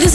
This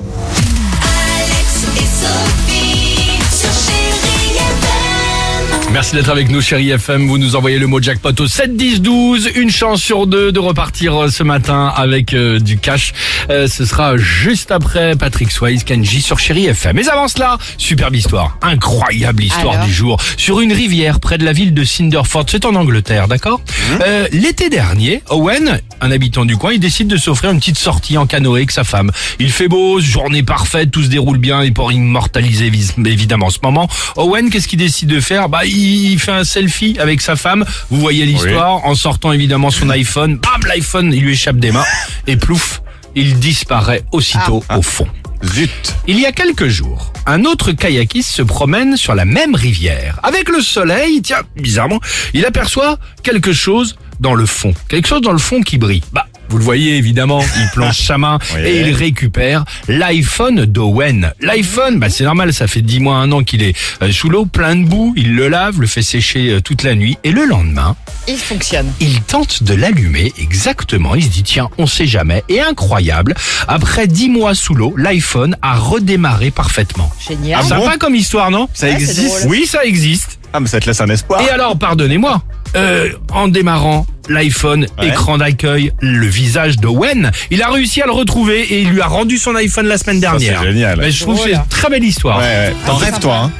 Alex et Sophie sur Chéri FM. Merci d'être avec nous, chérie FM. Vous nous envoyez le mot jackpot au 7 10 12. Une chance sur deux de repartir euh, ce matin avec euh, du cash. Euh, ce sera juste après Patrick Swayze, Kenji sur chérie FM. Mais avant cela, superbe histoire, incroyable histoire Alors du jour. Sur une rivière près de la ville de Cinderford, c'est en Angleterre, d'accord Euh, L'été dernier, Owen, un habitant du coin, il décide de s'offrir une petite sortie en canoë avec sa femme. Il fait beau, journée parfaite, tout se déroule bien et pour immortaliser vis- évidemment ce moment, Owen, qu'est-ce qu'il décide de faire Bah, il fait un selfie avec sa femme. Vous voyez l'histoire en sortant évidemment son iPhone. Bam, l'iPhone, il lui échappe des mains et plouf, il disparaît aussitôt au fond. Zut Il y a quelques jours, un autre kayakiste se promène sur la même rivière. Avec le soleil, tiens, bizarrement, il aperçoit quelque chose dans le fond. Quelque chose dans le fond qui brille. Bah, vous le voyez évidemment, il planche sa main Oui. et il récupère l'iPhone d'Owen. L'iPhone, bah c'est normal, ça fait 10 mois, un an qu'il est euh, sous l'eau, plein de boue, il le lave, le fait sécher euh, toute la nuit et le lendemain, Il fonctionne. il tente de l'allumer exactement. Il se dit tiens, on sait jamais. Et incroyable, après dix mois sous l'eau, l'iPhone a redémarré parfaitement. Génial. Ah bon Sympa comme histoire, non Ça Ouais, c'est existe drôle. Oui, ça existe. Ah mais ça te laisse un espoir Et alors, pardonnez-moi, euh, en démarrant l'iPhone, Ouais. écran d'accueil, le visage d'Owen, il a réussi à le retrouver et il lui a rendu son iPhone la semaine Ça, dernière. c'est génial. Mais je trouve que c'est une très belle histoire. Ouais, ouais. T'en rêves toi hein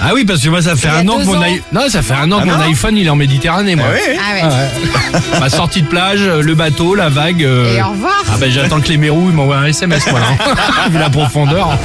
Ah oui, parce que moi, ça fait Il y a un an que deux mon, ans. i- non, ça fait un an que Ah mon non iPhone, il est en Méditerranée, moi. Ah ouais Ah ouais. Ma sortie de plage, euh, le bateau, la vague. euh, Et au revoir. Ah ben j'attends que les mérous ils m'envoient un SMS moi là. Vu la profondeur.